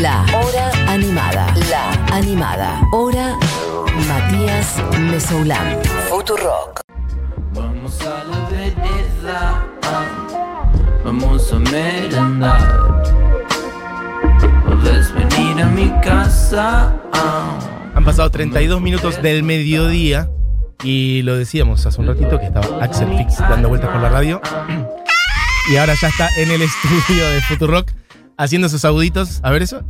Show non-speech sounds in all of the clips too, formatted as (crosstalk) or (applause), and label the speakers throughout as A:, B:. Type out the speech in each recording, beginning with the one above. A: La hora animada. La animada. Hora Matías Mesoulán. Futurock.
B: Vamos a la vereda, ah. vamos a merendar. Podés venir a mi casa. ah.
C: Han pasado 32 minutos del mediodía y lo decíamos hace un ratito que estaba Axel Fix dando vueltas por la radio. Y ahora ya está en el estudio de Futurock haciendo sus auditos. A ver eso.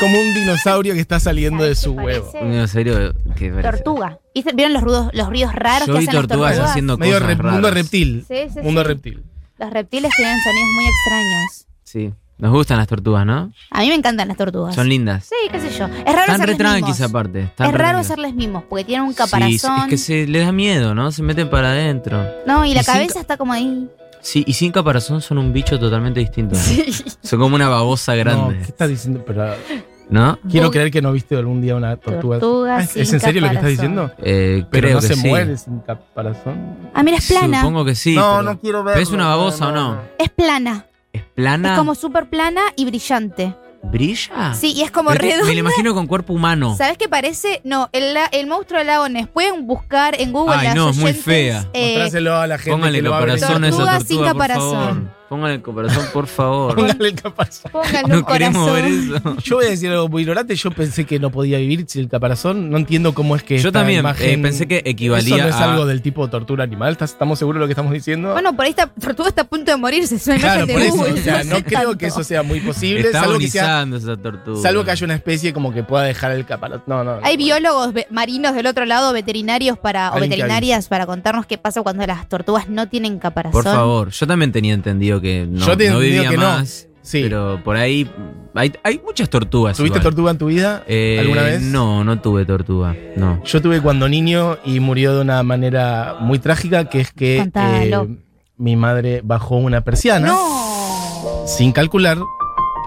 C: Como un dinosaurio que está saliendo de su huevo.
D: Un dinosaurio que parece-
E: Tortuga. ¿Y se- ¿Vieron los, rudos, los ruidos raros
D: Yo
E: que
D: vi
E: hacen
D: tortugas
E: las tortugas?
D: haciendo
C: Medio
D: cosas
C: rep- mundo
D: raras.
C: reptil.
E: Sí, sí,
C: Mundo
E: sí.
C: reptilen.
E: Los reptiles tienen sonidos muy extraños.
D: Sí. Nos gustan las tortugas, ¿no?
E: A mí me encantan las tortugas.
D: Son lindas.
E: Pues Sí, qué sé yo. Es raro
D: Están
E: hacerles
D: re tranquis
E: mimos.
D: aparte. están
E: Es
D: re
E: raro
D: tranquis.
E: hacerles mimos porque tienen un
D: Sí, sí,
E: caparazón.
D: es que se les da miedo, ¿no? Se meten para adentro.
E: No, y la
D: y sin
E: cabeza
D: ca-
E: está
D: (laughs)
E: como ahí.
D: Sí, y sin caparazón son un bicho totalmente distinto. ¿no?
E: Sí.
D: Son como una babosa
C: No, ¿qué
D: grande,
C: estás diciendo? Pero,
D: ¿no?
C: quiero
E: Bu-
C: creer que no viste algún día una tortuga.
E: Tortuga
C: Ah,
E: sin
C: ¿Es en serio lo que estás
E: caparazón.
C: diciendo?
D: Eh,
C: Pero
D: creo
C: no
D: que
C: se
D: sí.
C: muere sin caparazón.
E: Ah, mira, es plana.
D: Supongo que sí. pero-
C: quiero
D: verlo, ¿Es una babosa no, o no? no, no.
E: Es plana.
D: ¿Es plana? Ah.
E: Es como súper plana y brillante.
D: ¿Brilla?
E: Sí, y es como
D: Pero es que
E: redonda.
D: Me lo imagino con cuerpo humano.
E: ¿Sabes qué parece? No, el, la- el monstruo de lagones. Pueden buscar en Google
D: Ay,
E: las
D: no, es muy
E: oyentes,
D: fea.
E: eh,
C: Mostráselo a la gente.
D: Póngale
C: que lo va a ver.
D: caparazón a esa
E: Tortuga
D: tortuga,
E: sin
D: por
E: caparazón.
D: favor. Póngale caparazón,
C: (laughs)
D: por favor.
C: Póngale el caparazón.
E: pónganle
D: (laughs)
E: un
D: No queremos
E: corazón.
D: ver eso.
C: Yo voy a decir algo muy ignorante. Yo pensé que no podía vivir sin el caparazón. No entiendo cómo es que.
D: Yo
C: esta
D: también eh,
C: imagen-
D: pensé que equivalía
C: Eso no es
D: a...
C: algo del tipo tortura animal. ¿Estás- ¿Estamos seguros de lo que estamos diciendo?
E: Bueno, por ahí está, Tortuga está a punto de morirse. Es una
C: claro,
E: imagen de
C: por eso.
E: Google,
C: O sea, no
E: sé
C: creo
E: tanto.
C: que eso sea muy posible.
D: Está
C: Salvo que, sea-
D: agonizando esa tortuga.
C: salvo que haya una especie como que pueda dejar el caparazón. No, no. no.
E: Hay biólogos ve- marinos del otro lado, veterinarios para, o
C: Alguien que
E: veterinarias para contarnos qué pasa cuando las tortugas no tienen caparazón.
D: Por favor, yo también tenía entendido que no,
C: Yo tenía
D: no
C: entendido
D: vivía
C: que no.
D: más.
C: Sí.
D: Pero por ahí hay, hay muchas tortugas.
C: ¿Tuviste
D: igual.
C: tortuga en tu vida?
D: Eh,
C: ¿Alguna vez?
D: No, no tuve tortuga. No.
C: Yo tuve cuando niño y murió de una manera muy trágica, que es que eh,
E: Contalo.
C: mi madre bajó una persiana
E: No.
C: sin calcular.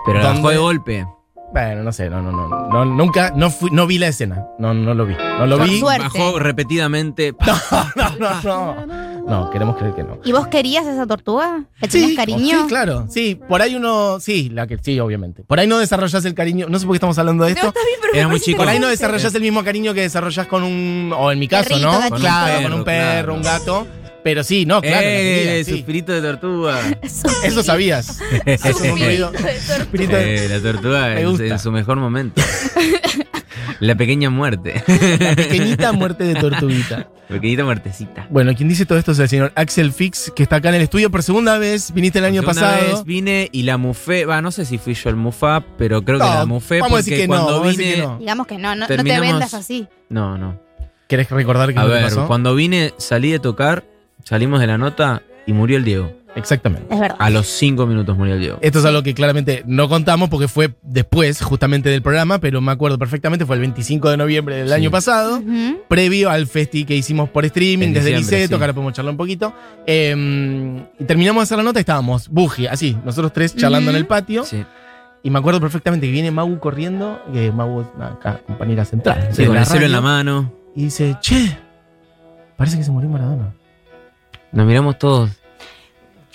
D: Pero la
C: ¿Dónde?
D: bajó de golpe.
C: Bueno, no sé, no, no, no, no nunca, no fui, no vi la escena, no, no lo vi, no lo
E: Por
C: vi.
E: suerte.
D: Bajó repetidamente.
C: No, (laughs) no, no, no, queremos creer que no.
E: ¿Y vos querías esa tortuga? ¿Le tenías cariño?
C: Sí, claro. Sí, por ahí uno. Sí, la que sí, obviamente. Por ahí no desarrollas el cariño. No sé por qué estamos hablando de
E: No,
C: esto.
E: está bien, pero me
D: Era muy
E: parece
D: chico.
C: por ahí no
E: interesante.
C: desarrollas el mismo cariño que desarrollas con un. O en mi caso,
E: Perrito,
C: ¿no?
E: gatito.
C: claro, con un
D: Claro.
C: perro, un gato. Pero sí, no, (laughs) claro. la
D: ¡Eh!
C: quería, sí.
D: Suspirito de tortuga.
C: Eso
D: (laughs)
C: sabías. Eso es un ruido. Espíritu de-
D: Eh, la tortuga
C: Me
D: en,
C: gusta.
D: en su mejor
C: (laughs)
D: momento. la pequeña muerte. (laughs)
C: La pequeñita muerte de tortuguita.
D: Pequeñita muertecita.
C: Bueno, quien dice todo esto es el señor Axel Fix, que está acá en el estudio por segunda vez. Viniste el
D: Yo
C: año
D: una
C: pasado.
D: vez vine y la mufé, va, no sé si fui yo el mufá, pero creo que
C: No,
D: la mufé
C: vamos a decir
D: porque
C: que no,
D: cuando
C: vamos a decir
D: vine,
C: que no.
E: Digamos que no, no, no te
D: Terminamos-
E: vendas así.
D: no, no.
C: ¿Querés recordar qué
D: A
C: es lo que
D: ver,
C: pasó?
D: cuando vine, salí de tocar, salimos de la nota y murió el Diego.
C: Exactamente.
E: Es verdad.
D: A los cinco minutos murió el Diego.
C: Esto es algo que claramente no contamos porque fue después justamente del programa, pero me acuerdo perfectamente, fue el 25 de noviembre del
D: Sí.
C: año pasado,
E: Ujú.
C: previo al festi que hicimos por streaming
D: En
C: desde el
D: diciembre,
C: ICETO,
D: sí.
C: que ahora podemos charlar un poquito. Eh, y terminamos de hacer la nota y estábamos, buji, así, nosotros tres charlando en
E: Ujú.
C: el patio.
D: Sí,
C: Y me acuerdo perfectamente que viene Mau corriendo, que Mau es una ca- compañera central.
D: Sí,
C: de
D: con
C: la
D: el celo en la
C: radio,
D: mano.
C: Y dice, che, parece que se murió Maradona.
D: Nos miramos todos.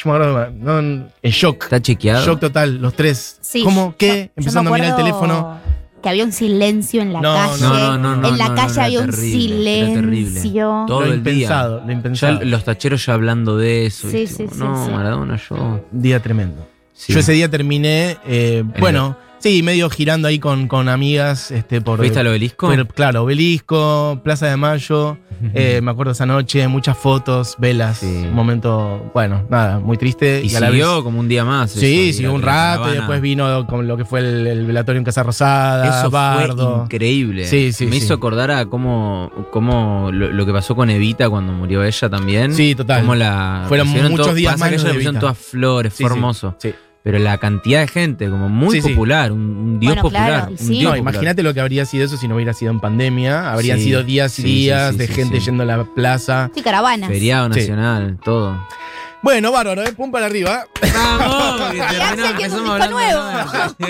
C: Yo me acuerdo, no, en shock.
D: Está chequeado.
C: Shock total, los tres.
E: Sí.
C: ¿Cómo?
E: Yo-
C: ¿Qué?
E: yo
C: Empezando
E: me
C: a mirar el
E: acuerdo
C: teléfono.
E: Que había un silencio en la
C: No,
E: calle.
D: no, no, no, no,
E: en la
D: no, no,
E: calle
D: era
E: había un
D: terrible, era terrible.
E: silencio.
D: Todo
C: lo
D: el día.
C: impensado, lo
D: Ya
C: impensado.
D: los tacheros ya hablando de eso.
E: Sí,
D: y
E: sí, sí,
D: no,
E: sí.
D: Maradona, yo.
C: Día tremendo.
D: Sí.
C: Yo ese día terminé, eh, bueno, sí, medio girando ahí con, con amigas este, por...
D: ¿Fuiste al obelisco?
C: pero, claro, Obelisco, Plaza de Mayo, eh, me acuerdo esa noche, muchas fotos, velas,
D: Sí.
C: un momento, bueno, nada, muy triste.
D: y
C: a la
D: siguió
C: vez-
D: como un día más. eso,
C: Sí,
D: y
C: siguió
D: la-
C: un
D: la
C: rato y
D: caravana.
C: después vino con lo que fue el, el velatorio en Casa Rosada,
D: Eso fue
C: Bardo.
D: increíble.
C: Sí, sí,
D: Me
C: sí.
D: hizo acordar a cómo, cómo lo, lo que pasó con Evita cuando murió ella también.
C: Sí, total.
D: Cómo la
C: Fueron
D: pusieron
C: muchos días
D: pasa
C: más
D: que ellos
C: los de
D: le pusieron
C: Evita.
D: todas flores,
C: Sí,
D: fue
C: sí.
D: hermoso.
C: Sí.
D: Pero la cantidad de gente, como muy
C: Sí, sí.
D: popular, un, un dios
E: Bueno, claro,
D: popular.
E: y
D: un
E: sí.
D: dios
C: No,
D: popular.
C: imagínate lo que habría sido eso si no hubiera sido en pandemia. Habrían
D: Sí,
C: sido días y
D: sí, sí,
C: días
D: sí,
C: de
D: sí,
C: gente
D: sí.
C: yendo a la plaza.
E: Sí, caravanas.
D: Feriado
C: Sí.
D: nacional, todo.
C: Bueno, bárbaro, ¿eh? pum para arriba.
D: ¡Vamos!
E: Ya sé que es un disco nuevo.
D: (laughs)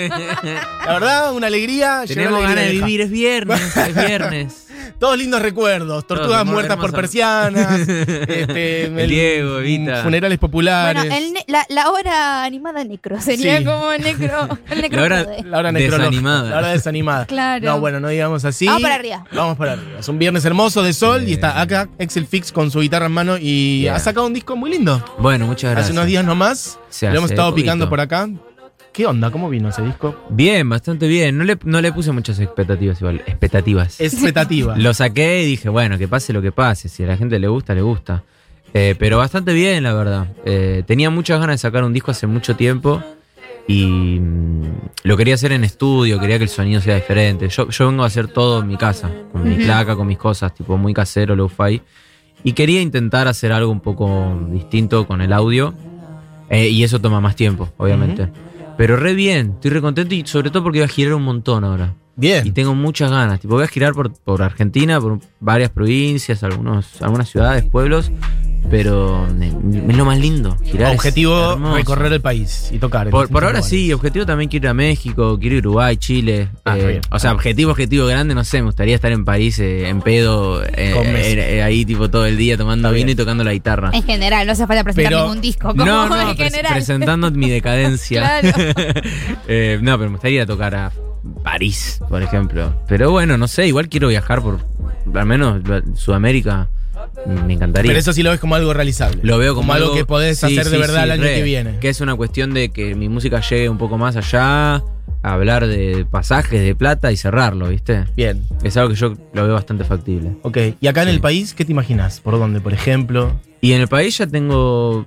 C: La verdad, una alegría. llenó
D: Tenemos
C: la
D: ganas de
C: alegría.
D: vivir, es viernes, es viernes.
C: Todos lindos recuerdos. Tortugas
D: Todos, muy
C: muertas por
D: hermosa.
C: persianas.
D: (laughs)
C: este,
D: El Diego, Evita.
C: Funerales populares.
E: Bueno, el ne- la, la hora animada necro sería
C: Sí.
E: como necro. El
D: (laughs)
E: necro.
D: La hora-
E: verde.
C: la hora necrológica,
D: Desanimada.
C: La hora desanimada.
E: (laughs) Claro.
C: No, bueno, no digamos así.
E: Vamos para arriba.
C: Vamos para arriba. Es un viernes hermoso de sol y está acá Excel Fix con su guitarra en mano y
D: Bien.
C: ha sacado un disco muy lindo.
D: Bueno, muchas gracias.
C: Hace unos días nomás.
D: Se
C: lo
D: hace
C: hemos estado
D: poquito.
C: picando por acá. ¿Qué onda? ¿Cómo vino ese
E: (laughs)
C: disco?
D: Bien, bastante bien. No le, no le puse muchas expectativas igual. Expectativas.
C: Expectativa.
D: Lo saqué y dije, bueno, que pase lo que pase. Si a la gente le gusta, le gusta. Eh, pero bastante bien, la verdad. Eh, tenía muchas ganas de sacar un disco hace mucho tiempo. Y mm, lo quería hacer en estudio, quería que el sonido sea diferente. Yo, yo vengo a hacer todo en mi casa, con mi
E: Ujú.
D: placa, con mis cosas, tipo muy casero, low-fi. Y quería intentar hacer algo un poco distinto con el audio. Eh, y eso toma más tiempo, obviamente. Pero re bien, estoy re contento y sobre todo porque voy a girar un montón ahora. Y
C: Bien.
D: tengo muchas ganas. Tipo, voy a girar por, por Argentina, por varias provincias, algunos, algunas ciudades, pueblos. Pero eh, es lo más lindo. Girar es
C: Objetivo
D: hermoso.
C: recorrer el país y tocar. en
D: Por,
C: distintos
D: por ahora
C: lugares.
D: sí, objetivo también quiero ir a México, quiero ir a Uruguay, Chile.
C: Ah,
D: eh,
C: está bien.
D: o sea, objetivo, objetivo grande, no sé, me gustaría estar en París eh, en pedo, eh,
C: Con Messi.
D: eh, eh, ahí tipo todo el día tomando
C: Está
D: vino
C: bien.
D: y tocando la guitarra.
E: En general, no hace falta presentar
C: Pero-
E: ningún disco. Como
D: No, no, pres-
E: en general.
D: presentando mi decadencia. (laughs)
E: (laughs) Claro.
D: Eh, no, pero me gustaría ir a tocar a París, por ejemplo. Pero bueno, no sé, igual quiero viajar por al menos la- Sudamérica. Me encantaría.
C: Pero eso sí lo ves como algo realizable.
D: lo veo como,
C: algo, que podés
D: sí,
C: hacer de
D: sí,
C: verdad
D: sí,
C: el año
D: re.
C: que viene.
D: Que es una cuestión de que mi música llegue un poco más allá, hablar de pasajes, de plata y cerrarlo, ¿viste?
C: Bien.
D: Es algo que yo lo veo bastante factible.
C: Ok. ¿Y acá en
D: Sí.
C: el país qué te imaginas? ¿Por dónde, por ejemplo?
D: Y en el país ya tengo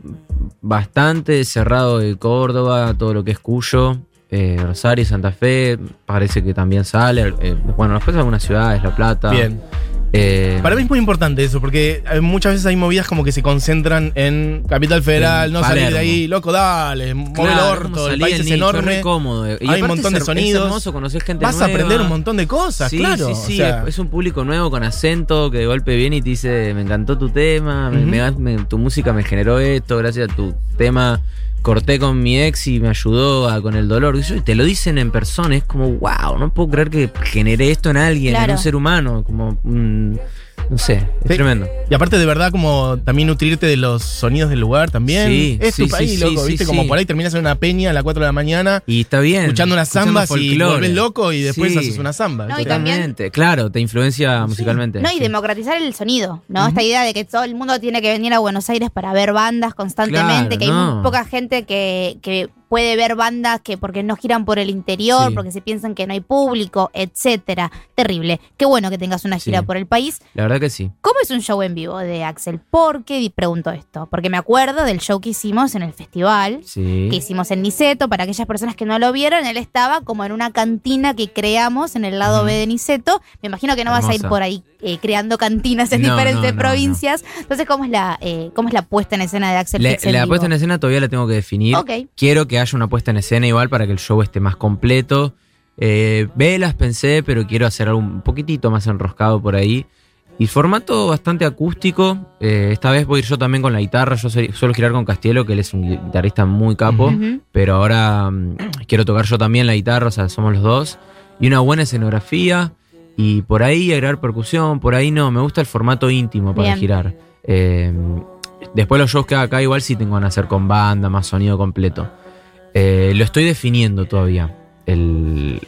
D: bastante cerrado de Córdoba, todo lo que es Cuyo, eh, Rosario, Santa Fe, parece que también sale. eh, bueno, después algunas ciudades, La Plata.
C: Bien.
D: eh,
C: Para mí es muy importante eso, porque eh, muchas veces hay movidas como que se concentran en Capital Federal,
D: En
C: no salir de
D: Palermo.
C: ahí, loco, dale, mueve
D: claro,
C: el
D: es como
C: orto, el
D: salir
C: país
D: del
C: es
D: nicho,
C: enorme.
D: re cómodo. Y
C: hay un
D: aparte
C: montón
D: es
C: de
D: her-
C: sonidos.
D: Es hermoso conocer gente
C: Vas a
D: nueva.
C: aprender un montón de cosas,
D: Sí,
C: claro.
D: sí,
C: o
D: sí,
C: sea,
D: es- es un público nuevo con acento que de golpe viene y te dice, me encantó tu tema, me-
C: Ujú.
D: me das- me- tu música me generó esto, gracias a tu tema corté con mi ex y me ayudó a- con el dolor. Y yo- y te lo dicen en persona, es como, wow, no puedo creer que generé esto en alguien, en
E: Claro.
D: un ser humano, como, mm, no sé, es
C: Sí.
D: tremendo.
C: Y aparte de verdad como también nutrirte de los sonidos del lugar también.
D: Sí,
C: es tu
D: sí,
C: país,
D: sí,
C: loco,
D: sí,
C: viste,
D: sí,
C: como
D: sí.
C: por ahí terminas en una peña a las 4 de la mañana,
D: Y está bien.
C: escuchando unas zambas y
D: folclore.
C: volvés loco y después
D: Sí,
C: haces una zamba.
E: No, y
C: ¿viste?
E: también-
D: Totalmente, claro, te influencia musicalmente.
E: No, y
D: sí.
E: democratizar el sonido, ¿no? Esta idea de que todo el mundo tiene que venir a Buenos Aires para ver bandas constantemente,
D: Claro,
E: que hay
D: no.
E: muy poca gente que, que puede ver bandas que porque no giran por el interior,
D: Sí.
E: porque se piensan que no hay público, etcétera. Terrible. Qué bueno que tengas una gira
D: Sí.
E: por el país.
D: La verdad que sí.
E: ¿Cómo es un show en vivo de Axel? ¿Por qué pregunto esto? Porque me acuerdo del show que hicimos en el festival.
D: Sí.
E: Que hicimos en Niceto, para aquellas personas que no lo vieron, él estaba como en una cantina que creamos en el lado
D: Ujú.
E: B de Niceto. Me imagino que no vas a ir
D: Hermosa.
E: por ahí eh, creando cantinas en
D: No,
E: diferentes
D: no, no,
E: provincias. Entonces, ¿cómo es la eh, cómo es la puesta en escena de Axel
D: La,
E: Fix en
D: la
E: vivo?
D: puesta en escena todavía la tengo que definir.
E: Ok.
D: Quiero que haya una puesta en escena igual para que el show esté más completo. Eh, velas pensé, pero quiero hacer algo un poquitito más enroscado por ahí. Y formato bastante acústico. Eh, esta vez voy a ir yo también con la guitarra. Yo soy- suelo girar con Castielo, que él es un guitarrista muy capo.
E: Ujú.
D: Pero ahora mm, quiero tocar yo también la guitarra, o sea, somos los dos. Y una buena escenografía. Y por ahí agregar percusión, por ahí no. Me gusta el formato íntimo para
E: Bien.
D: girar. Eh, después los shows que haga acá igual sí tengo que hacer con banda, más sonido completo. Eh, lo estoy definiendo todavía. El,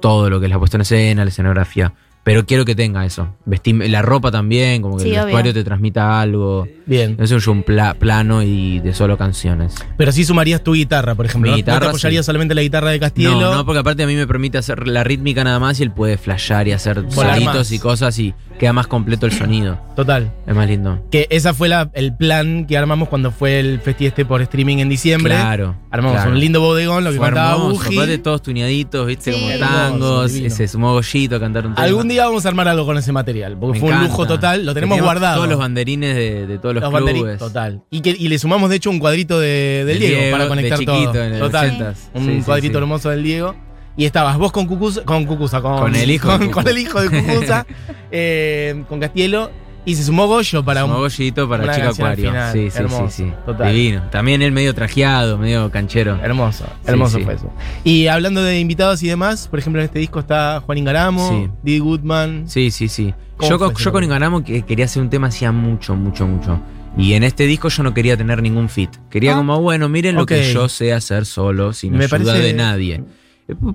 D: todo lo que es la puesta en escena, la escenografía. Pero quiero que tenga eso. Vestim- la ropa también, como que
E: Sí,
D: el
E: obvio.
D: vestuario te transmita algo.
C: Bien.
D: No es un show pla- plano y de solo canciones.
C: Pero sí sumarías tu guitarra, por ejemplo.
D: Mi
C: ¿no?
D: guitarra,
C: no te apoyarías
D: sí.
C: solamente la guitarra de Castielo.
D: No, no, porque aparte a mí me permite hacer la rítmica nada más y él puede flashear y hacer
C: Volar más.
D: sonidos y cosas y queda más completo el sonido.
C: Total.
D: Es más lindo.
C: Que esa fue la- el plan que armamos cuando fue el festi este por streaming en diciembre.
D: Claro.
C: Armamos
D: claro.
C: un lindo bodegón, lo que
D: Fue
C: cantaba
D: hermoso,
C: Buji.
D: aparte todos tuneaditos, viste,
E: Sí.
D: como
C: Hermoso,
D: tangos,
C: divino.
D: se sumó Goyito a cantar un tema.
C: Algún día vamos a armar algo con ese material, porque
D: Me
C: fue un
D: encanta.
C: lujo total. Lo
D: Que
C: tenemos guardado.
D: Todos los banderines de, de todos los,
C: Los banderi-
D: clubes.
C: Total. Y, que, y le sumamos, de hecho, un cuadrito de, del
D: Del
C: Diego,
D: Diego,
C: para
D: de
C: conectar
D: chiquito,
C: todo.
D: en el
C: Total.
D: 80s.
C: Un
D: Sí, sí,
C: cuadrito
D: sí.
C: hermoso del Diego. Y estabas vos con Cucuza, con Cucuza, con,
D: Con el hijo de
C: con,
D: Cucu. (laughs)
C: con el hijo de Cucuza, eh, con Castielo. Y se sumó Goyo para
D: Como
C: un.
D: gollito para
C: una
D: Chica
C: canción al
D: Acuario.
C: final,
D: Sí, sí,
C: hermoso,
D: sí, sí.
C: total.
D: Divino. También él medio trajeado, medio canchero.
C: Hermoso, hermoso
D: sí.
C: fue eso. Y hablando de invitados y demás, por ejemplo, en este disco está Juan Ingaramo,
D: Sí.
C: Dee Goodman.
D: Sí, sí, sí.
C: ¿Cómo
D: Yo,
C: fue
D: con-
C: ese
D: yo con
C: momento?
D: Inganamo que quería hacer un tema hacía mucho, mucho, mucho. Y en este disco yo no quería tener ningún fit. Quería
E: Ah.
D: como, bueno, miren lo
C: Ok.
D: que yo sé hacer solo, sin
C: Me
D: ayuda
C: parece-
D: de nadie. Eh,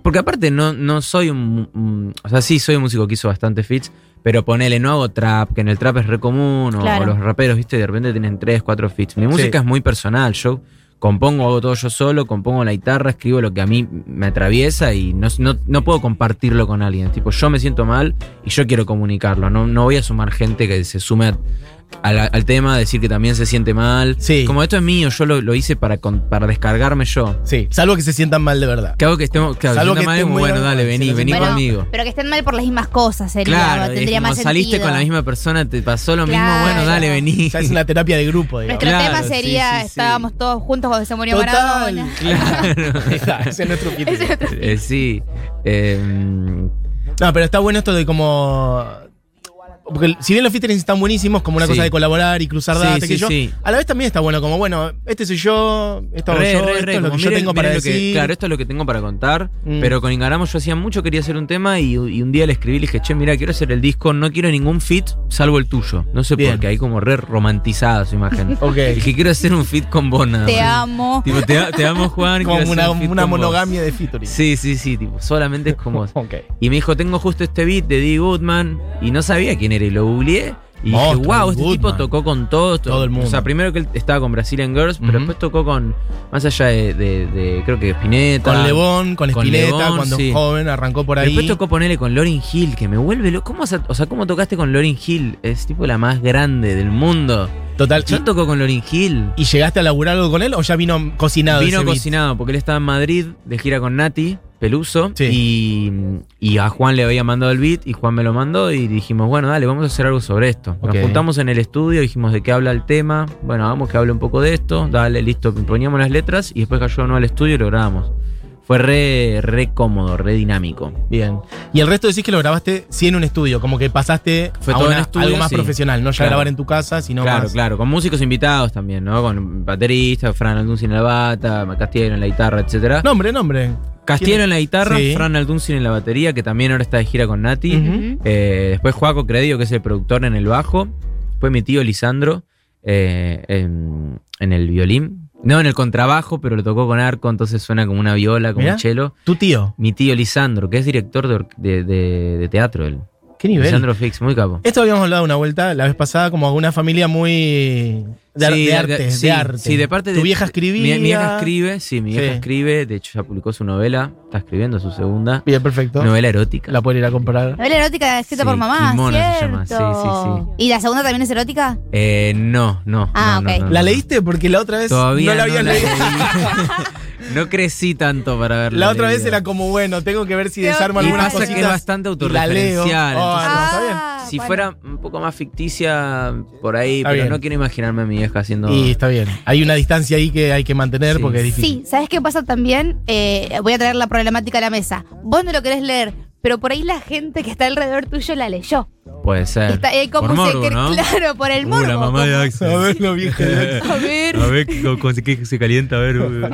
D: Porque aparte no, no soy un, un- O sea, sí, soy un músico que hizo bastante fits, pero ponele, no hago trap, que en el trap es re común, o,
E: Claro.
D: o los raperos, viste, de repente tienen tres, cuatro fits. Mi música
C: Sí.
D: es muy personal, yo compongo, hago todo yo solo, compongo la guitarra, escribo lo que a mí me atraviesa y no, no, no puedo compartirlo con alguien. Tipo, yo me siento mal y yo quiero comunicarlo. No, no voy a sumar gente que se sume a- a la- al tema, decir que también se siente mal.
C: Sí.
D: Como esto es mío, yo lo, lo hice para, con- para descargarme yo.
C: Sí, salvo que se sientan mal de verdad.
D: ¿Qué hago que estemos? Claro,
C: Salvo
D: yendo
C: que
D: mal,
C: estés
D: como,
C: muy
D: bueno,
C: mal,
D: dale,
C: si
D: vení,
C: no
D: vení
E: Bueno,
D: conmigo.
E: Pero que estén mal por las mismas cosas, sería,
D: Claro, es
E: tendría
D: como
E: más
D: saliste
E: sentido.
D: con la misma persona, te pasó lo mismo,
E: Claro.
D: bueno, dale, vení.
C: O sea, es una terapia de grupo, digamos.
E: Nuestro
D: Claro,
E: tema
D: sí,
E: sería
D: sí, sí.
E: estábamos todos juntos cuando se murió Maradona.
D: Claro. (laughs)
C: Ese es nuestro objetivo.
D: Eh, sí. Eh,
C: No, pero está bueno esto de como. Porque si bien los featurings están buenísimos, como una
D: Sí.
C: cosa de colaborar y cruzar
D: Sí,
C: datos,
D: sí,
C: que yo,
D: sí.
C: a la vez también está bueno, como bueno, este soy yo, esto hago
D: Re,
C: yo,
D: re,
C: esto
D: re,
C: es lo
D: como
C: que yo
D: miren-
C: tengo para
D: miren lo que-
C: decir.
D: claro, esto es lo que tengo para contar.
C: Mm.
D: Pero con Ingaramo yo hacía mucho, quería hacer un tema y, y un día le escribí y le dije, che, mira, quiero hacer el disco, no quiero ningún fit salvo el tuyo. No sé
C: Bien.
D: por qué, ahí como re romantizada su
C: (laughs)
D: imagen.
C: Ok.
D: Y Dije, quiero hacer un fit con vos nada
E: Te
D: más".
E: amo.
D: Tipo, te, a- te amo,
C: (laughs)
D: Juan. quiero
C: como
D: hacer
C: una,
D: un feat
C: una
D: con vos.
C: monogamia de featuring.
D: Sí, sí, sí, tipo, solamente es con vos.
C: Ok.
D: Y me dijo, tengo justo este beat de Dee Goodman. Y no sabía quién era y lo googleé. Y
C: Monstruo,
D: dije, wow,
C: Dee
D: este
C: Goodman.
D: tipo tocó con todos. to-
C: Todo el mundo.
D: O sea, primero que él estaba con Brazilian Girls, pero
C: Ujú.
D: después tocó con, más allá de, de- de- creo que Spinetta.
C: Con Lebón, con
D: Con
C: Espineta,
D: Lebón,
C: cuando
D: sí.
C: joven arrancó por ahí.
D: Después tocó ponerle con Lauryn Hill, que me vuelve loco. ¿Cómo, sa- o sea, ¿cómo tocaste con Lauryn Hill? Es tipo la más grande del mundo.
C: Total.
D: Yo
C: Y,
D: tocó con Lauryn Hill.
C: y llegaste a laburar algo con él o ya vino cocinado?
D: Vino
C: ese beat?
D: cocinado, porque él estaba en Madrid de gira con Nati, Peluso, y, y a Juan le había mandado el beat y Juan me lo mandó y dijimos, bueno, dale, vamos a hacer algo sobre esto.
C: Ok.
D: Nos juntamos en el estudio, dijimos de qué habla el tema, bueno, vamos que hable un poco de esto, dale, listo, poníamos las letras y después cayó uno al estudio y lo grabamos. Fue re, re cómodo, re dinámico.
C: Bien. Y el resto decís que lo grabaste sí en un estudio, como que pasaste
D: Fue
C: a
D: todo en
C: una-
D: estudio,
C: algo más
D: sí.
C: profesional, no ya
D: Claro.
C: grabar en tu casa, sino
D: claro,
C: más.
D: claro, con músicos invitados también, ¿no? Con baterista, Fran Alduncin en la bata, Castielo en la guitarra, etcétera.
C: Nombre, nombre.
D: Castielo en la guitarra,
C: Sí.
D: Fran Alduncin en la batería, que también ahora está de gira con Nati.
C: Ujú.
E: Ujú.
D: Eh, después Joaco Credio, que es el productor en el bajo. Después mi tío Lisandro eh, en, en el violín. No, en el contrabajo, pero lo tocó con arco, entonces suena como una viola, como
C: Mirá.
D: un cello.
C: Tu tío.
D: Mi tío Lisandro, que es director de, or- de- de- de teatro. él.
C: ¿Qué nivel?
D: Lisandro Fix, muy capo.
C: Esto habíamos hablado una vuelta la vez pasada, como una familia muy de, ar-
D: Sí,
C: de arte,
D: sí,
C: de arte.
D: Sí, de parte de.
C: Tu vieja escribía.
D: Mi, mi vieja escribe, sí, mi vieja
C: Sí.
D: escribe. De hecho, ya publicó su novela, está escribiendo su segunda.
C: Bien, perfecto.
D: Novela erótica.
C: La puedo ir a comprar.
E: Novela erótica escrita
D: Sí,
E: por mamá,
D: Kimona se
E: ¿cierto?
D: llama, sí, sí,
E: ¿Y la segunda también es erótica?
D: Eh, no, no.
E: Ah,
D: no, no,
E: ok.
D: no, no.
C: ¿La leíste? Porque la otra vez
D: Todavía
C: no la habías leído.
D: leí. (laughs) no crecí tanto para verla.
C: La otra vez era como, bueno, tengo que ver si
E: Creo
C: desarmo
E: que-
D: Y
E: algunas
C: algunas
D: pasa que es
C: cositas.
D: bastante
C: y la leo.
D: autorreferencial.
C: Oh,
D: entonces,
C: no,
E: Ah.
C: está bien.
D: si
E: bueno.
D: fuera un poco más ficticia por ahí,
C: Está
D: pero
C: bien.
D: no quiero imaginarme a mi vieja haciendo.
C: Y está bien. Hay una distancia ahí que hay que mantener
D: Sí.
C: porque es difícil.
E: Sí, ¿sabes qué pasa también? Eh, voy a traer la problemática a la mesa. Vos no lo querés leer, pero por ahí la gente que está alrededor tuyo la leyó.
D: Puede ser.
E: Está, eh, como
D: por
E: se
D: morbo,
E: cre-
D: ¿no?
E: Claro, por el
D: Uh,
E: morbo.
D: la mamá de Axel.
C: (laughs) A ver, lo
D: (laughs)
C: viejo de Axel.
E: A ver.
D: A ver con- con qué se calienta, a ver.
E: (laughs)
D: uh.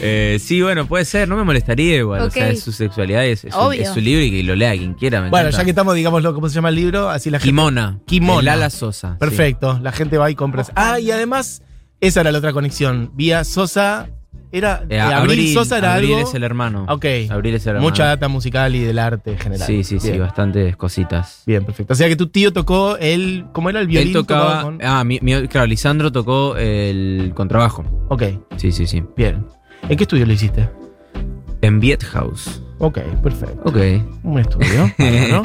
D: Eh, sí, bueno, puede ser, no me molestaría igual.
E: Ok.
D: O sea, es su sexualidad, es, es su,
E: Obvio.
D: es su libro y que lo lea quien quiera. me
C: Bueno,
D: encanta.
C: ya que estamos, digámoslo, ¿cómo se llama el libro? Así la gente.
D: Kimona.
C: Kimona.
D: de Lala Sosa. sí.
C: Perfecto, la gente va y compra. Ah, y además, esa era la otra conexión. Vía Sosa, era.
D: Eh,
C: eh, Abril, Sosa era
D: Abril
C: algo.
D: es el hermano.
C: Ok.
D: Abril es el hermano.
C: Mucha data musical y del arte en general.
D: Sí, sí, sí,
C: Bien.
D: bastantes cositas.
C: Bien, perfecto. O sea que tu tío tocó el. ¿Cómo era el violín?
D: Él tocaba.
C: con-
D: Ah, mi- mi- claro, Lisandro tocó el contrabajo.
C: Ok,
D: Sí, sí, sí.
C: bien. ¿En qué estudio lo hiciste?
D: En Viethouse.
C: Ok, perfecto.
D: Ok.
C: Un
D: (laughs)
C: estudio. bárbaro.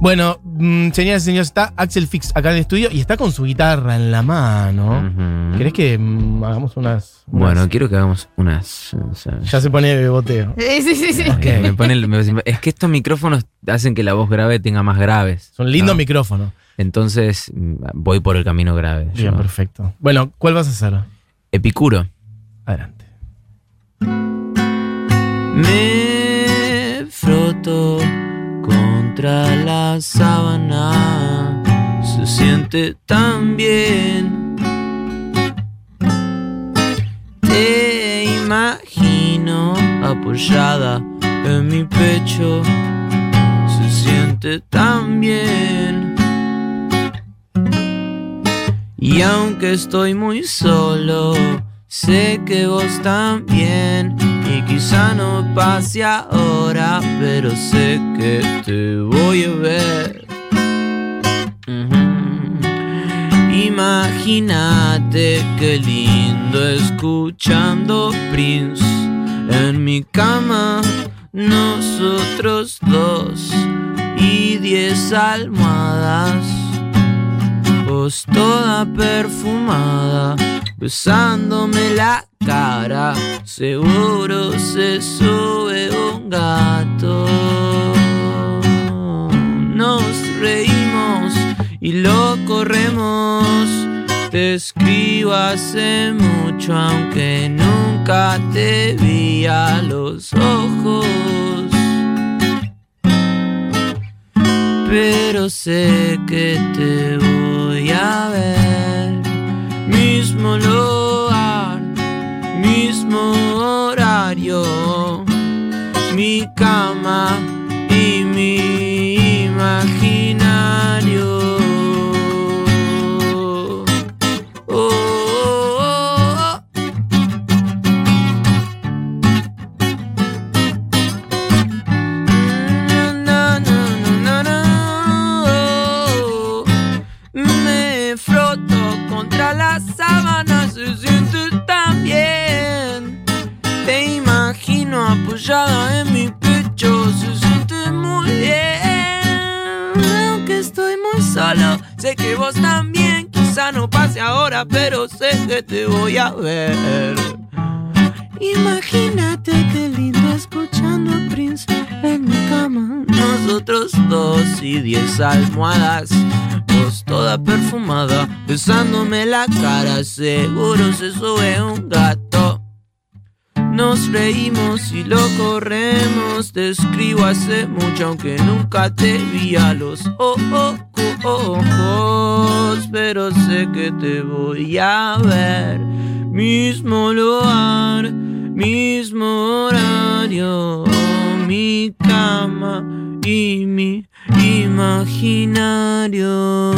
C: Bueno, mm, señoras y señores, está Axel Fix acá en el estudio y está con su guitarra en la mano.
D: Ujú.
C: ¿Querés que mm, hagamos unas, unas-
D: Bueno, quiero que hagamos unas. unas-
C: Ya se pone de boteo.
E: Sí, sí, sí. sí.
D: Eh,
C: Ok.
D: me pone el- me- es que estos micrófonos hacen que la voz grave tenga más graves.
C: Son lindos
D: ¿no?
C: micrófonos.
D: Entonces mm, voy por el camino grave.
C: Bien,
D: yo.
C: perfecto. Bueno, ¿cuál vas a hacer?
D: Epicuro.
C: Adelante.
D: Me froto contra la sábana. Se siente tan bien. Te imagino apoyada en mi pecho, se siente tan bien. Y aunque estoy muy solo, sé que vos también. Y quizá no pase ahora, pero sé que te voy a ver. Ujú. Imagínate qué lindo escuchando Prince en mi cama, nosotros dos y diez almohadas. Vos toda perfumada, besándome la cara, seguro se sube un gato. Nos reímos y lo corremos. Te escribo hace mucho, aunque nunca te vi a los ojos pero sé que te voy a ver. Mismo lugar, mismo horario, mi cama y mi imaginario. Oh, oh, oh. Na, na, na, na, na. Me froto contra las sábanas, se siente tan bien. Te imagino apoyada en mi pecho, se siente muy bien. Aunque estoy muy solo, sé que vos también. Quizá no pase ahora, pero sé que te voy a ver. Imagínate qué lindo escuchando a Prince en mi cama. Nosotros dos y diez almohadas. Vos toda perfumada, besándome la cara. Seguro se sube un gato. Nos reímos y lo corremos. Te escribo hace mucho, aunque nunca te vi a los o- o- o- ojos. Pero sé que te voy a ver. Mismo lugar, mismo horario. Mi cama y mi imaginario.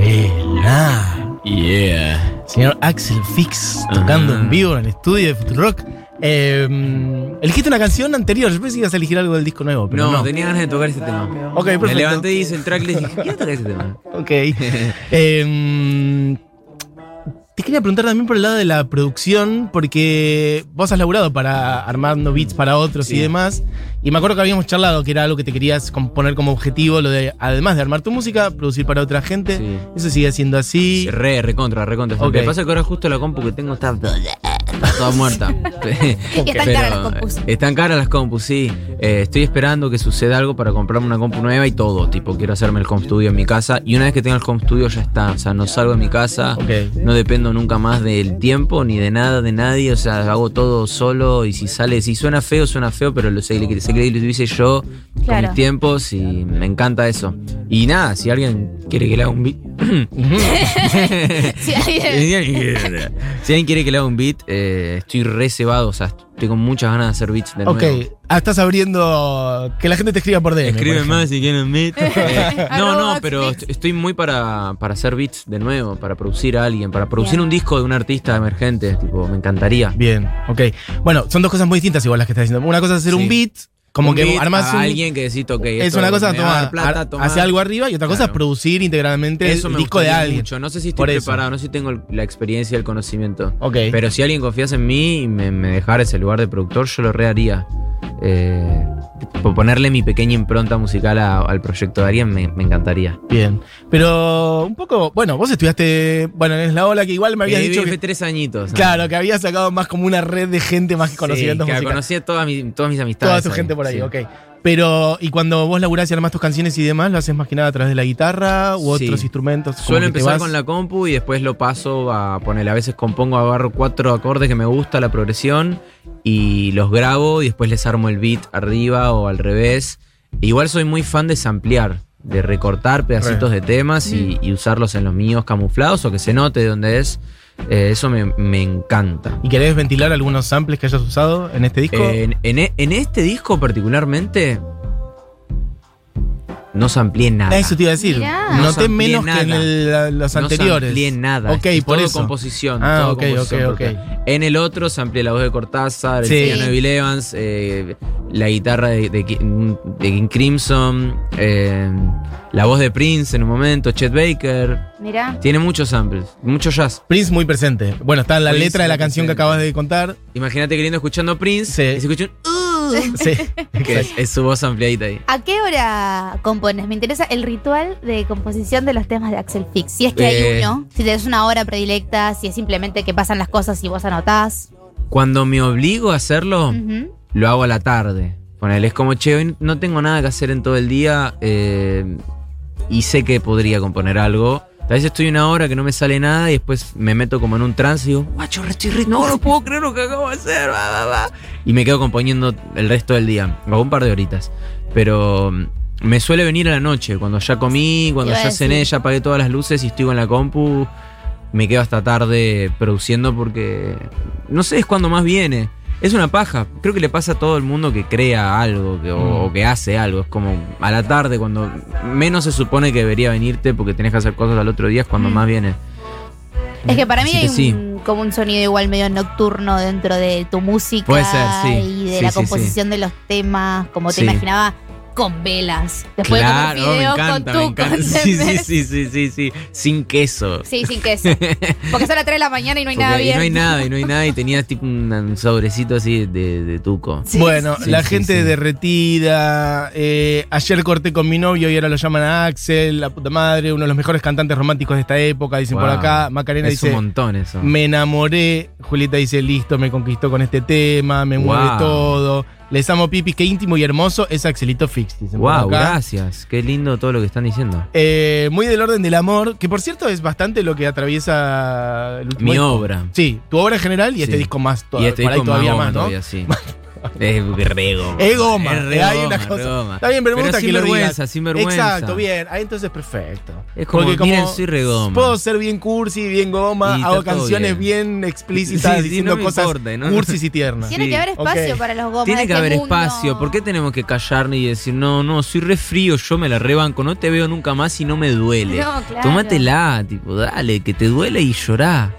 C: Buena.
D: Yeah.
C: Señor Axel Fix tocando
D: Ajá.
C: en vivo en el estudio de Futurock. Eh, elegiste una canción anterior. Yo pensé que ibas a elegir algo del disco nuevo, pero
F: No,
C: no.
F: tenía ganas de tocar ese tema.
C: Ok, perfecto.
F: Me levanté y hice el tracklist y dije, quiero tocar ese tema.
C: Ok. Em, te quería preguntar también por el lado de la producción, porque vos has laburado para armando beats para otros y
F: Sí.
C: demás. Y me acuerdo que habíamos charlado que era algo que te querías com- poner como objetivo, lo de, además de armar tu música, producir para otra gente.
F: Sí.
C: Eso sigue siendo así.
F: Re, recontra, recontra.
C: Ok.
F: Lo que pasa es que ahora justo la compu que tengo está, (laughs) está toda muerta.
E: (laughs) Y están
F: Pero,
E: caras las compus.
F: eh, Están caras las compus, sí. Eh, estoy esperando que suceda algo para comprarme una compu nueva y todo. Tipo, quiero hacerme el home studio en mi casa. Y una vez que tenga el home studio ya está. O sea, no salgo de mi casa.
C: Ok.
F: No dependo nunca más del tiempo, ni de nada, de nadie. O sea, hago todo solo. Y si sale, si suena feo, suena feo, pero lo sé, que sé que lo hice yo con
E: Claro.
F: mis tiempos y me encanta eso. Y nada, si alguien quiere que le haga un beat.
E: Sí, ahí
F: (laughs)
E: es.
F: Si alguien quiere- si alguien quiere que le haga un beat, eh, estoy reservado, o sea, tengo muchas ganas de hacer beats de
C: Ok,
F: nuevo.
C: ah, estás abriendo que la gente te escriba por DM. por
F: Escribe
C: ejemplo.
F: más si quieren beat. (laughs) Eh, no,
E: Arroba
F: no, pero
E: Axelix.
F: est- estoy muy para, para hacer beats de nuevo, para producir a alguien, para producir un disco de un artista emergente, tipo, me encantaría.
C: Bien, ok. Bueno, son dos cosas muy distintas igual las que estás diciendo. Una cosa es hacer
F: Sí.
C: un beat, como
F: Un
C: que
F: beat
C: armas
F: a
C: un,
F: alguien que decís, ok,
C: Es
F: esto
C: una cosa
F: me va a
C: tomar,
F: dar plata,
C: ar-
F: tomar.
C: hace algo arriba y otra cosa es
F: Claro.
C: producir integralmente
F: Eso
C: el
F: me
C: disco de
F: gustaría
C: alguien.
F: mucho. No sé si
C: Por
F: estoy
C: eso.
F: preparado, no sé si tengo el- la experiencia y el conocimiento.
C: Ok.
F: Pero si alguien confiase en mí y me, me dejara ese lugar de productor, yo lo reharía. Eh, por ponerle mi pequeña impronta musical a- al proyecto de alguien me, me encantaría.
C: Bien. Pero un poco, bueno, vos estudiaste, bueno, en la ola que igual me habías
F: Eh,
C: dicho
F: viví
C: que,
F: tres añitos. ¿no?
C: claro, que habías sacado más como una red de gente más que
F: Sí,
C: conocimientos
F: que
C: musicales.
F: conocí a toda mi- todas mis amistades.
C: Toda tu gente por ahí,
F: sí.
C: ok. Pero, ¿y cuando vos laburás y armás tus canciones y demás, lo haces más que nada a través de la guitarra u
F: Sí.
C: otros instrumentos? como
F: Suelo
C: que te
F: empezar
C: vas-
F: con la compu y después lo paso a poner. A veces compongo, agarro cuatro acordes que me gusta la progresión y los grabo y después les armo el beat arriba o al revés.
D: Igual soy muy fan de samplear, de recortar pedacitos de temas y, y usarlos en los míos camuflados o que se note de dónde es. Eh, eso me, me encanta.
C: ¿Y querés ventilar algunos samples que hayas usado en este disco?
D: Eh, En, en e- en este disco particularmente no sampleé nada.
C: Ah, eso te iba a decir.
E: Mirá.
D: No
C: Noté
D: sampleé
C: menos que en
D: nada.
C: el- la- los
D: No
C: anteriores.
D: sampleé nada.
C: Ok,
D: es
C: por
D: todo
C: eso.
D: composición.
C: Ah,
D: todo
C: ok,
D: composición,
C: ok,
D: porque
C: ok.
D: En el otro sampleé la voz de Cortázar, el
C: Sí.
D: piano de Bill Evans, eh, la guitarra de, de Ki- de King Crimson, eh, la voz de Prince en un momento, Chet Baker.
E: Mirá.
D: Tiene muchos samples, mucho jazz.
C: Prince muy presente. Bueno, está en la
D: Prince
C: letra de la
D: muy
C: canción que
D: presente.
C: acabas
D: (laughs)
C: de contar.
D: Imagínate queriendo escuchando Prince
C: Sí.
D: y se escucha un,
C: Sí.
D: que es, es su voz ampliadita ahí.
E: ¿A qué hora compones? Me interesa el ritual de composición de los temas de Axel Fix. Si es que hay
D: Eh.
E: uno, si tenés una hora predilecta, si es simplemente que pasan las cosas y vos anotás.
D: Cuando me obligo a hacerlo,
E: Ujú.
D: lo hago a la tarde. Ponele, es como, che, hoy no tengo nada que hacer en todo el día eh, y sé que podría componer algo. Tal vez estoy una hora que no me sale nada y después me meto como en un trance y digo, guacho, re estoy re- no, no puedo creer lo que acabo de hacer, va, va, va". Y me quedo componiendo el resto del día, o un par de horitas. Pero mm, me suele venir a la noche, cuando ya comí, cuando
E: Te iba a
D: ya cené,
E: decir.
D: ya apagué todas las luces y estoy con la compu, me quedo hasta tarde produciendo porque no sé, es cuando más viene. Es una paja. Creo que le pasa a todo el mundo que crea algo que-
C: Mm.
D: o, o que hace algo. Es como a la tarde, cuando menos se supone que debería venirte porque tenés que hacer cosas al otro día, es cuando
E: Mm.
D: más viene.
E: Es que para mí
D: Así
E: hay
D: que
E: un-
D: sí.
E: como un sonido igual medio nocturno dentro de tu música
D: Puede ser, sí.
E: y de
D: Sí,
E: la
D: sí,
E: composición de los temas, como te
D: Sí.
E: imaginaba, con velas. Después de
D: Claro,
E: comer
D: me
E: fideos
D: encanta,
E: con
D: me
E: tu
D: encanta.
E: (laughs)
D: (laughs) Sí, sí, sí, sí, sí, sí. Sin queso.
E: Sí, sin queso. Porque son las 3 de la mañana y no hay nada
D: Porque- y
E: bien.
D: no hay
E: (laughs)
D: nada, y no hay nada, y tenías tipo un, un sobrecito así de, de tuco.
C: bueno,
D: sí,
C: la
D: sí,
C: gente
D: sí.
C: derretida. eh, ayer corté con mi novio y ahora lo llaman a Axel, la puta madre, uno de los mejores cantantes románticos de esta época, dicen por
D: Wow.
C: acá. Macarena
D: es un
C: dice,
D: montón eso.
C: me enamoré. Julieta dice, listo, me conquistó con este tema, me
D: Wow.
C: mueve todo. Les amo pipis, qué íntimo y hermoso es Axelito Fix, dicen por
D: wow,
C: acá.
D: gracias. Qué lindo todo lo que están diciendo.
C: Eh, muy del orden del amor, que por cierto es bastante lo que atraviesa el último
D: Mi
C: disco.
D: obra.
C: Sí, tu obra en general y este
D: Sí.
C: disco más to-
D: y este
C: por ahí
D: disco
C: todavía
D: goma
C: más, ¿no?
D: todavía, sí. es re goma.
C: Es goma,
D: Es re
C: eh, hay
D: goma,
C: una
D: re
C: cosa.
D: goma.
C: Está bien, pero me
D: Pero
C: gusta
D: sin
C: que lo
D: vergüenza,
C: digas.
D: sin vergüenza.
C: Exacto, bien. Ah, entonces perfecto.
D: Es como, miren, soy re goma.
C: Puedo ser bien cursi, bien goma,
D: Y está
C: hago
D: todo
C: canciones bien, explícitas,
D: Sí, sí,
C: diciendo
D: no me
C: cosas
D: importa, ¿no?
C: cursis y tiernas.
E: Tiene
D: Sí,
E: que haber espacio
C: ok.
E: para los gomas. de
D: Tiene que
E: este
D: haber
E: mundo.
D: espacio. ¿Por qué tenemos que callarnos y decir, no, no, soy re frío, yo me la rebanco, no te veo nunca más y no me duele?
E: No, claro.
D: Tómatela, tipo, dale, que te duele y llorá.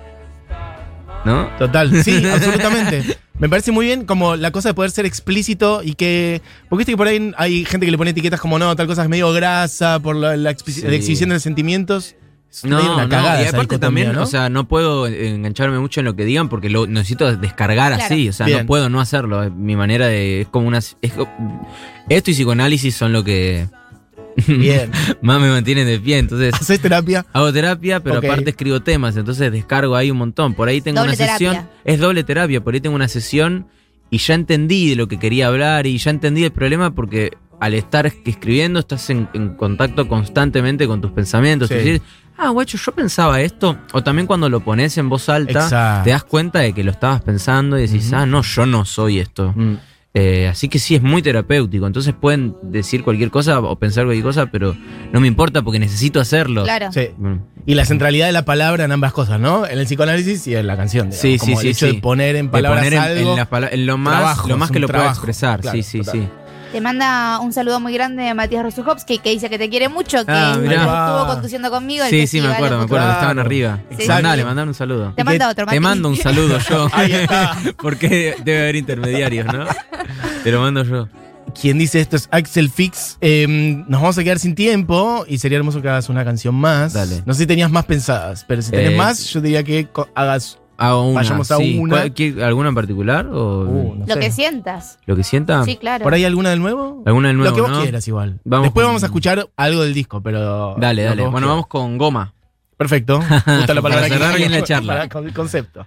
D: ¿No?
C: Total,
D: (laughs)
C: sí, absolutamente. Me parece muy bien como la cosa de poder ser explícito y que. Porque viste que por ahí hay gente que le pone etiquetas como no, tal cosa es medio grasa por la, la expi-
D: Sí.
C: la exhibición de los sentimientos. Es medio
D: No,
C: una
D: no,
C: cagada
D: y
C: esa
D: aparte
C: dicotomía,
D: también,
C: ¿no?
D: o sea, no puedo engancharme mucho en lo que digan porque lo necesito descargar
E: Claro.
D: así, o sea,
C: Bien.
D: no puedo no hacerlo. es Mi manera de. Es como una. es co- esto y psicoanálisis son lo que (laughs)
C: Bien.
D: más me mantienen de pie, entonces.
C: ¿Haces terapia?
D: Hago terapia, pero
C: Ok.
D: aparte escribo temas, entonces descargo ahí un montón. Por ahí tengo
E: Doble
D: una sesión.
E: terapia.
D: Es doble terapia, por ahí tengo una sesión y ya entendí de lo que quería hablar y ya entendí el problema porque al estar es- escribiendo estás en, en contacto constantemente con tus pensamientos.
C: Sí.
D: Y decís, ah, guacho, yo pensaba esto. O también cuando lo pones en voz alta,
C: Exacto.
D: te das cuenta de que lo estabas pensando y decís,
C: Ujú.
D: ah, no, yo no soy esto.
C: Mm.
D: Eh, así que sí, es muy terapéutico. Entonces pueden decir cualquier cosa o pensar cualquier cosa, pero no me importa porque necesito hacerlo.
E: Claro.
C: Sí.
D: Mm.
C: Y la centralidad de la palabra en ambas cosas, ¿no? En el psicoanálisis y en la canción. digamos.
D: Sí, sí,
C: Como
D: sí,
C: El hecho
D: sí.
C: de poner en
D: De
C: palabras
D: poner en, en
C: algo.
D: las pala- en lo más,
C: Trabajo,
D: lo más
C: es
D: que
C: un
D: lo pueda
C: trabajo,
D: expresar.
C: claro,
D: sí, sí,
C: total.
D: sí.
E: Te manda un saludo muy grande a Matías Rosuchowski, que dice que te quiere mucho, que
D: Ah, mirá.
E: estuvo conduciendo conmigo. el
D: Sí, sí,
E: festival
D: me
E: de
D: acuerdo, me
E: Futuro.
D: acuerdo.
C: Claro.
D: Estaban arriba.
E: Exacto.
D: Mandale, mandale un saludo.
E: Te
D: Te,
E: manda otro, Mati.
D: mando un saludo yo.
C: (laughs) Ahí está.
D: (laughs) Porque debe haber intermediarios, ¿no? Te lo mando yo.
C: Quien dice esto es Axel Fix. Eh, nos vamos a quedar sin tiempo y sería hermoso que hagas una canción más.
D: Dale.
C: No sé si tenías más pensadas, pero si tenés
D: Eh,
C: más, yo diría que co- hagas.
D: Hago una.
C: Vayamos a
D: sí.
C: una.
D: ¿Cuál- qué- ¿Alguna en particular? O
C: Uh, no
E: Lo
C: sé.
E: que sientas.
D: ¿Lo que sienta?
E: Sí, claro.
C: ¿Por ahí alguna del nuevo?
D: ¿Alguna del nuevo?
C: Lo que vos
D: no?
C: quieras, igual.
D: Vamos
C: Después
D: con-
C: vamos a escuchar algo del disco, pero.
D: Dale,
C: lo que
D: dale. Bueno,
C: vos quieras.
D: vamos con goma. (laughs)
C: Perfecto. Me Gusta la
D: Para
C: palabra
D: cerrar
C: que-
D: bien la charla.
C: (laughs) para- con el concepto.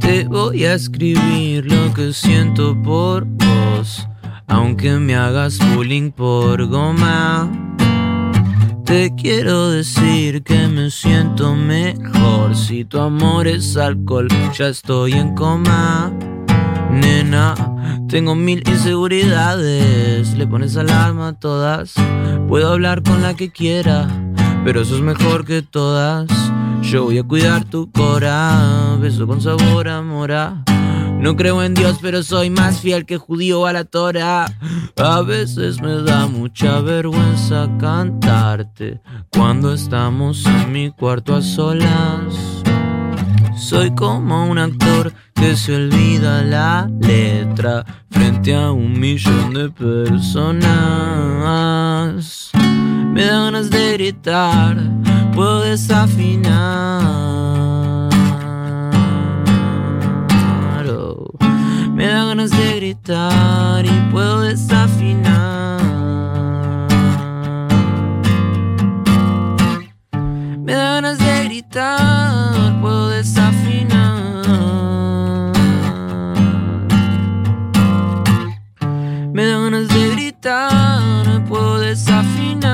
D: Te voy a escribir lo que siento por vos. Aunque me hagas bullying por goma, te quiero decir que me siento mejor. Si tu amor es alcohol, ya estoy en coma. Nena, tengo mil inseguridades. Le pones alarma a todas. Puedo hablar con la que quiera, pero eso es mejor que todas. Yo voy a cuidar tu cora, beso con sabor a mora. No creo en Dios, pero soy más fiel que judío a la Torah. A veces me da mucha vergüenza cantarte cuando estamos en mi cuarto a solas. Soy como un actor que se olvida la letra frente a un millón de personas. Me da ganas de gritar, puedo desafinar. Oh. Me da ganas de gritar y puedo desafinar. Me da ganas de gritar, puedo desafinar. Me da ganas de gritar, puedo desafinar.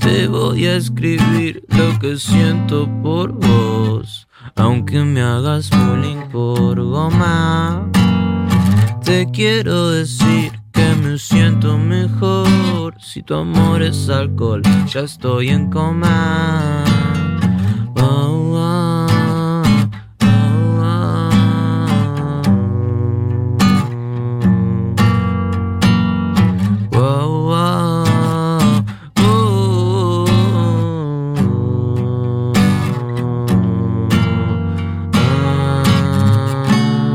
D: Te voy a escribir lo que siento por vos, aunque me hagas bullying por goma. Te quiero decir que me siento mejor. Si tu amor es alcohol, ya estoy en coma. Oh, oh, oh, oh. Oh, oh, oh, oh. Ah.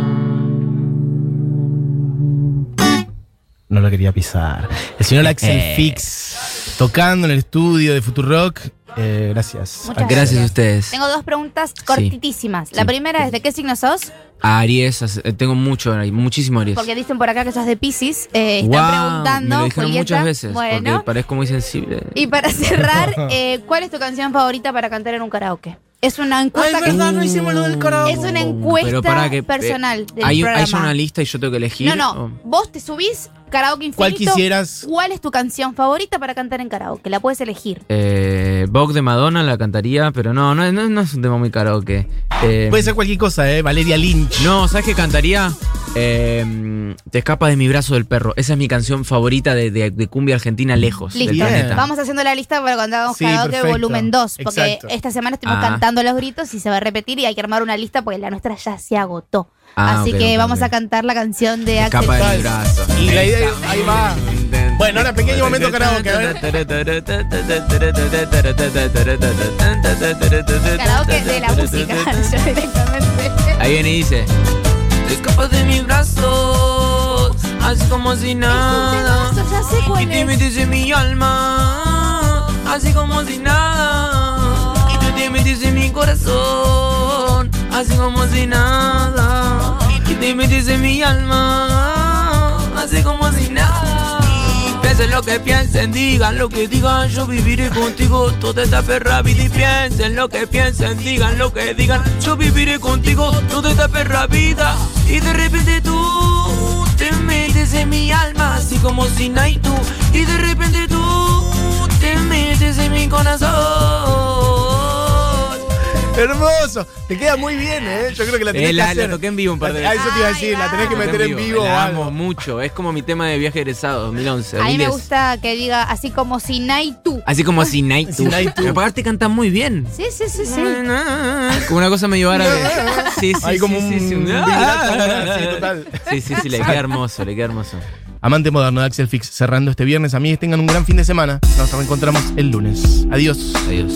C: No lo quería pisar. El señor Axel
G: Eh.
C: Fix tocando en el estudio de Futurock. Eh, gracias.
E: Muchas
G: Gracias a ustedes.
E: Tengo dos preguntas cortitísimas. La
G: Sí.
E: primera es: ¿de qué signo sos?
G: Aries, as- eh, tengo mucho, Aries, muchísimo Aries.
E: Porque dicen por acá que sos de Pisces. Eh, están
G: Guau,
E: preguntando,
G: me lo dijeron
E: Julieta.
G: muchas veces,
E: Bueno.
G: porque parezco muy sensible.
E: Y para
G: (laughs)
E: cerrar, eh, ¿cuál es tu canción favorita para cantar en un karaoke? Es una encuesta que
C: hicimos lo del corazón.
E: es una encuesta
G: Pero para que eh,
E: personal del
G: hay, hay
E: programa.
G: ya una lista y yo tengo que elegir. Oh.
E: no, no.
G: o-
E: Vos te subís karaoke infinito.
C: ¿Cuál quisieras?
E: ¿Cuál es tu canción favorita para cantar en karaoke? La puedes elegir.
G: Eh, Vogue de Madonna la cantaría, pero no, no, no, no es un tema muy karaoke. Eh,
C: Puede ser cualquier cosa, ¿eh? Valeria Lynch.
G: No, ¿sabes qué cantaría? Eh, te escapas de mi brazo del perro. Esa es mi canción favorita de, de- de cumbia argentina lejos
E: Listo.
G: del
C: Bien.
G: planeta.
E: Vamos haciendo la lista para cuando hagamos
C: Sí,
E: karaoke
C: perfecto.
E: volumen 2. Porque
C: Exacto.
E: esta semana estuvimos
G: Ah.
E: cantando los gritos y se va a repetir y hay que armar una lista porque la nuestra ya se agotó.
G: Ah,
E: Así
G: ok,
E: que
G: ok,
E: vamos
G: ok.
E: a cantar la canción de Axel.
G: Escapa de mi
C: Fix.
G: brazo.
C: Y la idea es- ahí va. Bueno, ahora pequeño momento karaoke, a ver.
E: Karaoke de la
G: (laughs)
E: música. Yo directamente.
G: Ahí viene y dice.
D: Te escapas de mis brazos, así como si nada.
E: Es un temazo, ya sé cuál
D: Y te
E: es.
D: metes en mi alma, así como si nada. Y tú te metes en mi corazón, así como si nada. Y te metes en mi alma, así como si nada. Piensen lo que piensen, digan lo que digan, yo viviré contigo toda esta perra vida y piensen lo que piensen, digan lo que digan, yo viviré contigo toda esta perra vida y de repente tú te metes en mi alma así como si no hay tú y de repente tú te metes en mi corazón.
C: Hermoso. Te queda muy bien, ¿eh? Yo creo que la tenés
G: Eh, la,
C: que
G: la
C: hacer.
G: toqué en vivo un par de
C: Ah,
G: veces.
C: eso te iba a decir,
E: Ay,
C: la tenés que
E: va.
C: meter en vivo. o
G: La
C: algo.
G: amo mucho. Es como mi tema de viaje egresado 2011.
E: A mí me
G: Miles.
E: gusta que diga así como si Nai tú.
G: Así como Sinai tú.
C: Sinai tú.
G: Pero aparte cantan muy bien.
E: Sí, sí, sí, sí.
G: Como una cosa medio
C: (laughs)
G: árabe. Sí, sí,
C: Hay
G: sí,
C: como
G: sí,
C: un
G: sí, un-
C: vibrato, (laughs)
G: (laughs)
C: sí, total.
G: Sí, sí, sí, le queda hermoso, le queda hermoso.
C: Amante moderno de Axel este Fix cerrando este viernes. Amigues, tengan un gran fin de semana. Nos reencontramos el lunes. Adiós.
G: Adiós.